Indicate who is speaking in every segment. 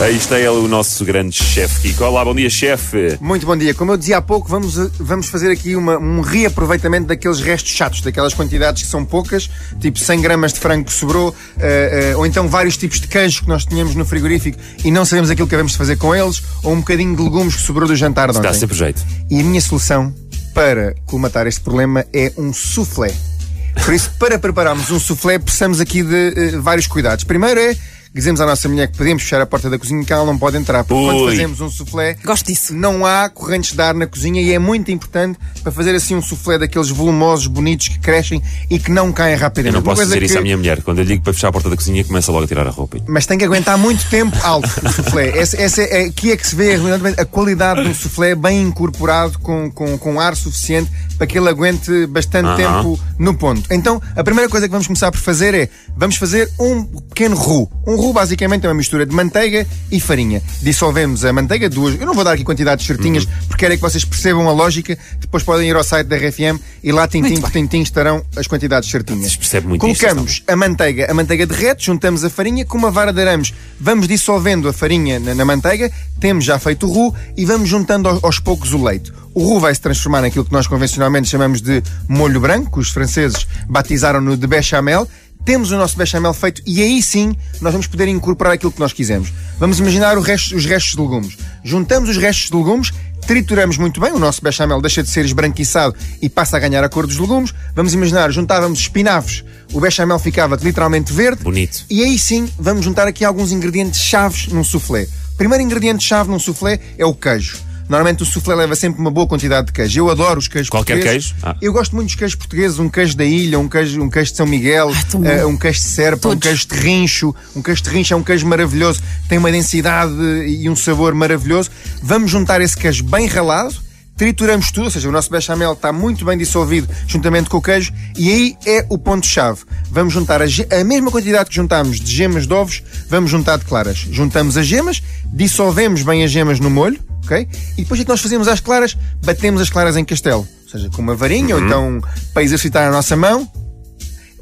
Speaker 1: Aí está ele, o nosso grande chefe Kiko. Olá, bom dia, chefe.
Speaker 2: Muito bom dia. Como eu dizia há pouco, vamos, eh, vamos fazer aqui uma- um reaproveitamento daqueles restos chatos, daquelas quantidades que são poucas, tipo 100 gramas de frango que sobrou, eh, eh, ou então vários tipos de queijo que nós tínhamos no frigorífico e não sabemos aquilo que devemos fazer com eles, ou um bocadinho de legumes que sobrou do jantar de
Speaker 1: Dá
Speaker 2: ontem.
Speaker 1: sempre jeito.
Speaker 2: E a minha solução para colmatar este problema é um soufflé. Por isso, para prepararmos um soufflé, precisamos aqui de eh, vários cuidados. Primeiro é dizemos à nossa mulher que podemos fechar a porta da cozinha que ela não pode entrar. Porque quando
Speaker 1: Ui.
Speaker 2: fazemos um soufflé,
Speaker 3: Gosto disso.
Speaker 2: não há correntes de ar na cozinha e é muito importante para fazer assim um soufflé daqueles volumosos, bonitos, que crescem e que não caem
Speaker 1: Eu
Speaker 2: rapidamente.
Speaker 1: não
Speaker 2: Uma
Speaker 1: posso
Speaker 2: coisa
Speaker 1: dizer isso
Speaker 2: que- É.
Speaker 1: à minha mulher. Quando eu lhe digo para fechar a porta da cozinha, começa logo a tirar a roupa.
Speaker 2: mas tem que aguentar muito tempo alto o soufflé. Essa, essa é, aqui é que se vê realmente a qualidade do soufflé bem incorporado com, com, com ar suficiente para que ele aguente bastante
Speaker 1: Aham.
Speaker 2: tempo no ponto. Então, a primeira coisa que vamos começar por fazer é, vamos fazer um pequeno roux. Um roux basicamente é uma mistura de manteiga e farinha. Dissolvemos a manteiga, duas... Eu não vou dar aqui quantidades certinhas, porque quero é que vocês percebam a lógica. Depois podem ir ao site da RFM e lá, tintim por tintim, estarão as quantidades certinhas.
Speaker 1: Se percebe muito isto,
Speaker 2: Colocamos Juntamos a manteiga. A manteiga derrete, juntamos a farinha com uma vara de arames. Vamos dissolvendo a farinha na, na manteiga, temos já feito o roux e vamos juntando ao- aos, poucos o leite. O roux vai se transformar naquilo que nós convencionalmente chamamos de molho branco, que os franceses batizaram-no de bechamel. Temos o nosso bechamel feito e aí sim nós vamos poder incorporar aquilo que nós quisermos. Vamos imaginar o resto- os restos de legumes. Juntamos os restos de legumes trituramos muito bem, o nosso bechamel deixa de ser esbranquiçado e passa a ganhar a cor dos legumes. Vamos imaginar, juntávamos espinafres, o bechamel ficava literalmente verde.
Speaker 1: Bonito.
Speaker 2: E aí sim, vamos juntar aqui alguns ingredientes chaves num soufflé. O primeiro ingrediente chave num soufflé é o queijo. Normalmente o soufflé leva sempre uma boa quantidade de queijo. Eu adoro os queijos
Speaker 1: Qualquer
Speaker 2: portugueses.
Speaker 1: queijo? Ah.
Speaker 2: Eu gosto muito dos queijos portugueses, um queijo da ilha, um queijo, um queijo de São Miguel,
Speaker 3: Ah, tão bom.
Speaker 2: eh, um queijo de serpa, um
Speaker 3: Todos.
Speaker 2: queijo de rincho. Um queijo de rincho é um queijo maravilhoso, tem uma densidade e um sabor maravilhoso. Vamos juntar esse queijo bem ralado, trituramos tudo, ou seja, o nosso bechamel está muito bem dissolvido juntamente com o queijo e aí é o ponto-chave. Vamos juntar a, ge- a mesma quantidade que juntámos de gemas de ovos, vamos juntar de claras. Juntamos as gemas, dissolvemos bem as gemas no molho, ok? E depois o que nós fazemos às claras? Batemos as claras em castelo. Ou seja, com uma varinha
Speaker 4: Uhum.
Speaker 2: ou então para exercitar a nossa mão,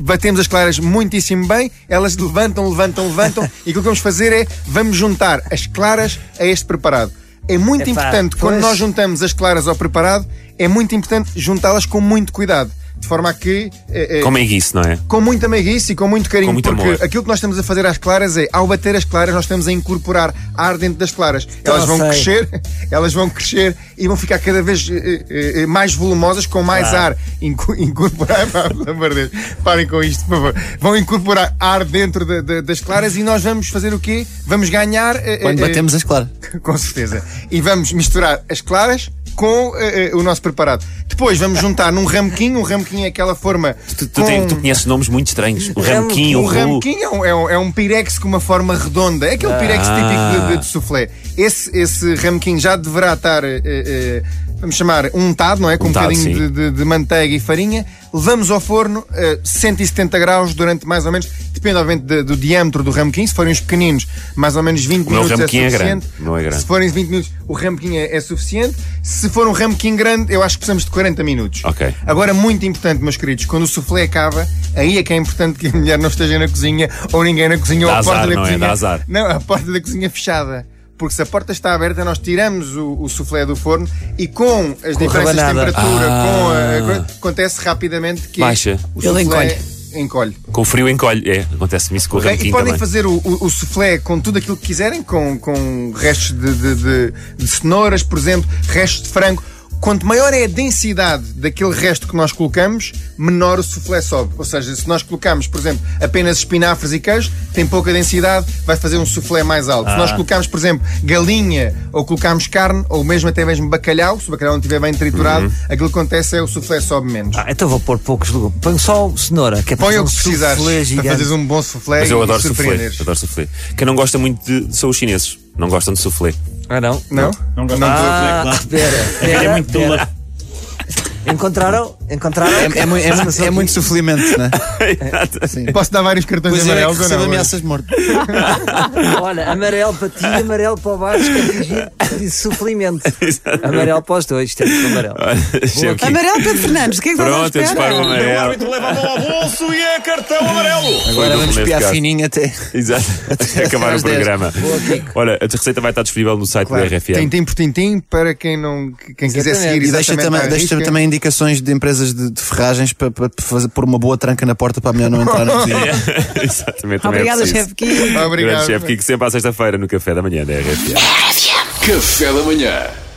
Speaker 2: batemos as claras muitíssimo bem, elas levantam, levantam, levantam, e aquilo que vamos fazer é vamos juntar as claras a este preparado. É muito
Speaker 4: Epá,
Speaker 2: importante, quando
Speaker 4: pois.
Speaker 2: nós juntamos as claras ao preparado, é muito importante juntá-las com muito cuidado, de forma a que. eh, eh,
Speaker 1: Como é isso, não é?
Speaker 2: com muita meiguice e com muito carinho,
Speaker 1: Com muito
Speaker 2: porque
Speaker 1: amor.
Speaker 2: aquilo que nós estamos a fazer às claras é, ao bater as claras, nós estamos a incorporar ar dentro das claras. elas vão
Speaker 4: sei.
Speaker 2: crescer, elas vão crescer e vão ficar cada vez eh, eh, eh, mais volumosas, com mais ar. Inco- incorporar, pá, pelo amor de Deus, parem com isto, por favor. Vão incorporar ar dentro da- da- das claras e nós vamos fazer o quê? Vamos ganhar. eh,
Speaker 4: Quando
Speaker 2: eh, eh,
Speaker 4: batemos as claras.
Speaker 2: com certeza. E vamos misturar as claras com eh, eh, o nosso preparado. Depois vamos juntar num ramequinho, um ramequinho é aquela forma.
Speaker 1: Tu, tu,
Speaker 2: com-
Speaker 1: tem- tu conheces nomes muito estranhos. O Ramquim, o
Speaker 2: um
Speaker 1: Ru.
Speaker 2: ramequim é um, é, um, é um pirex com uma forma redonda. É
Speaker 1: Ah.
Speaker 2: aquele pirex típico de, de, de soufflé. Esse, esse ramequim já deverá estar, eh, eh, vamos chamar, untado, não é? Com um
Speaker 1: Untado,
Speaker 2: bocadinho
Speaker 1: sim.
Speaker 2: de, de- de manteiga e farinha. Levamos ao forno eh, 170 graus durante mais ou menos, depende obviamente de- do diâmetro do ramequim. Se forem os pequeninos, mais ou menos 20
Speaker 1: O meu
Speaker 2: minutos é
Speaker 1: ramequim é
Speaker 2: suficiente.
Speaker 1: grande, não é grande.
Speaker 2: Se forem 20 minutos, o ramequim é, é suficiente. Se for um ramequim grande, eu acho que precisamos de 40 minutos.
Speaker 1: Ok.
Speaker 2: Agora, muito importante, meus queridos, quando o soufflé acaba, aí é que é importante que a mulher não esteja na cozinha, ou ninguém na cozinha, ou
Speaker 1: Dá
Speaker 2: a porta
Speaker 1: azar,
Speaker 2: da
Speaker 1: não é?
Speaker 2: cozinha.
Speaker 1: Dá azar.
Speaker 2: Não, a porta da cozinha fechada. Porque se a porta está aberta, nós tiramos o, o soufflé do forno e com as diferenças de
Speaker 4: rabanada.
Speaker 2: temperatura, com a-
Speaker 1: Ah.
Speaker 2: a coisa, acontece rapidamente que
Speaker 1: Baixa.
Speaker 2: o
Speaker 4: Ele
Speaker 2: soufflé
Speaker 4: encolhe.
Speaker 2: encolhe.
Speaker 1: Com o frio encolhe. É, acontece-me isso com o
Speaker 2: Ok,
Speaker 1: Ramquim
Speaker 2: E podem
Speaker 1: também.
Speaker 2: fazer o, o, o soufflé com tudo aquilo que quiserem, com, com restos de, de- de- de cenouras, por exemplo, restos de frango. Quanto maior é a densidade daquele resto que nós colocamos, menor o soufflé sobe. Ou seja, se nós colocamos, por exemplo, apenas espinafres e queijo, tem pouca densidade, vai fazer um soufflé mais alto.
Speaker 1: Ah.
Speaker 2: Se nós colocarmos, por exemplo, galinha, ou colocarmos carne, ou mesmo até mesmo bacalhau, se o bacalhau não estiver bem triturado,
Speaker 1: Uhum.
Speaker 2: aquilo que acontece é o soufflé sobe menos.
Speaker 4: Ah, então vou pôr poucos legumes. Põe só cenoura, que é para
Speaker 2: Põe
Speaker 4: fazer
Speaker 2: o que
Speaker 4: um
Speaker 2: precisares
Speaker 4: soufflé
Speaker 2: para
Speaker 4: gigante.
Speaker 2: fazeres um bom soufflé
Speaker 1: Ah.
Speaker 5: É
Speaker 1: Mas eu
Speaker 2: e
Speaker 1: adoro soufflé.
Speaker 2: surpreenderes.
Speaker 1: Adoro soufflé. Quem não gosta muito de, são os chineses. Não gostam de soufflé.
Speaker 4: Ah, não?
Speaker 2: Não? é, Não,
Speaker 4: Ah, espera. espera,
Speaker 6: É muito
Speaker 4: espera. Encontraram? Encontraram.
Speaker 7: É, é mui- é muito- é muito sofrimento, né?
Speaker 2: Posso dar vários cartões
Speaker 7: Pois é, que
Speaker 2: amarelos ou
Speaker 7: recebo
Speaker 2: não?
Speaker 7: ameaças de morte.
Speaker 4: Olha, amarelo para ti, amarelo para o Vasco, é de sofrimento. Amarelo para os dois, temos amarelo.
Speaker 1: Deixa eu
Speaker 7: tá
Speaker 1: aqui.
Speaker 8: Amarelo Pedro Fernandes, o que é que estás à
Speaker 1: Pronto, eu disparo o
Speaker 8: espera?
Speaker 5: O
Speaker 1: amarelo.
Speaker 5: árbitro leva a bola ao bolso e é cartão amarelo.
Speaker 1: Foi
Speaker 7: Agora
Speaker 1: duplo
Speaker 7: vamos
Speaker 1: neste
Speaker 7: piar
Speaker 1: caso.
Speaker 7: fininho até.
Speaker 1: Exato. Até acabar o
Speaker 7: Às dez.
Speaker 1: programa. Olha, a receita vai estar disponível no site do RFM.
Speaker 2: Tintim por tintim para quem, não, quem quiser
Speaker 4: Exatamente.
Speaker 2: seguir
Speaker 7: E deixa
Speaker 2: exatamente é. à
Speaker 7: também, deixa
Speaker 2: risca.
Speaker 7: também indicações de empresas de, de ferragens para, para fazer, pôr uma boa tranca na porta para a mulher não é? entrar na cozinha.
Speaker 1: Exatamente. também é
Speaker 8: Obrigada,
Speaker 1: preciso.
Speaker 8: chefe Kim.
Speaker 2: Obrigado.
Speaker 1: Grande chefe Kiko, sempre à sexta-feira no Café da Manhã da RFM.
Speaker 9: Café da Manhã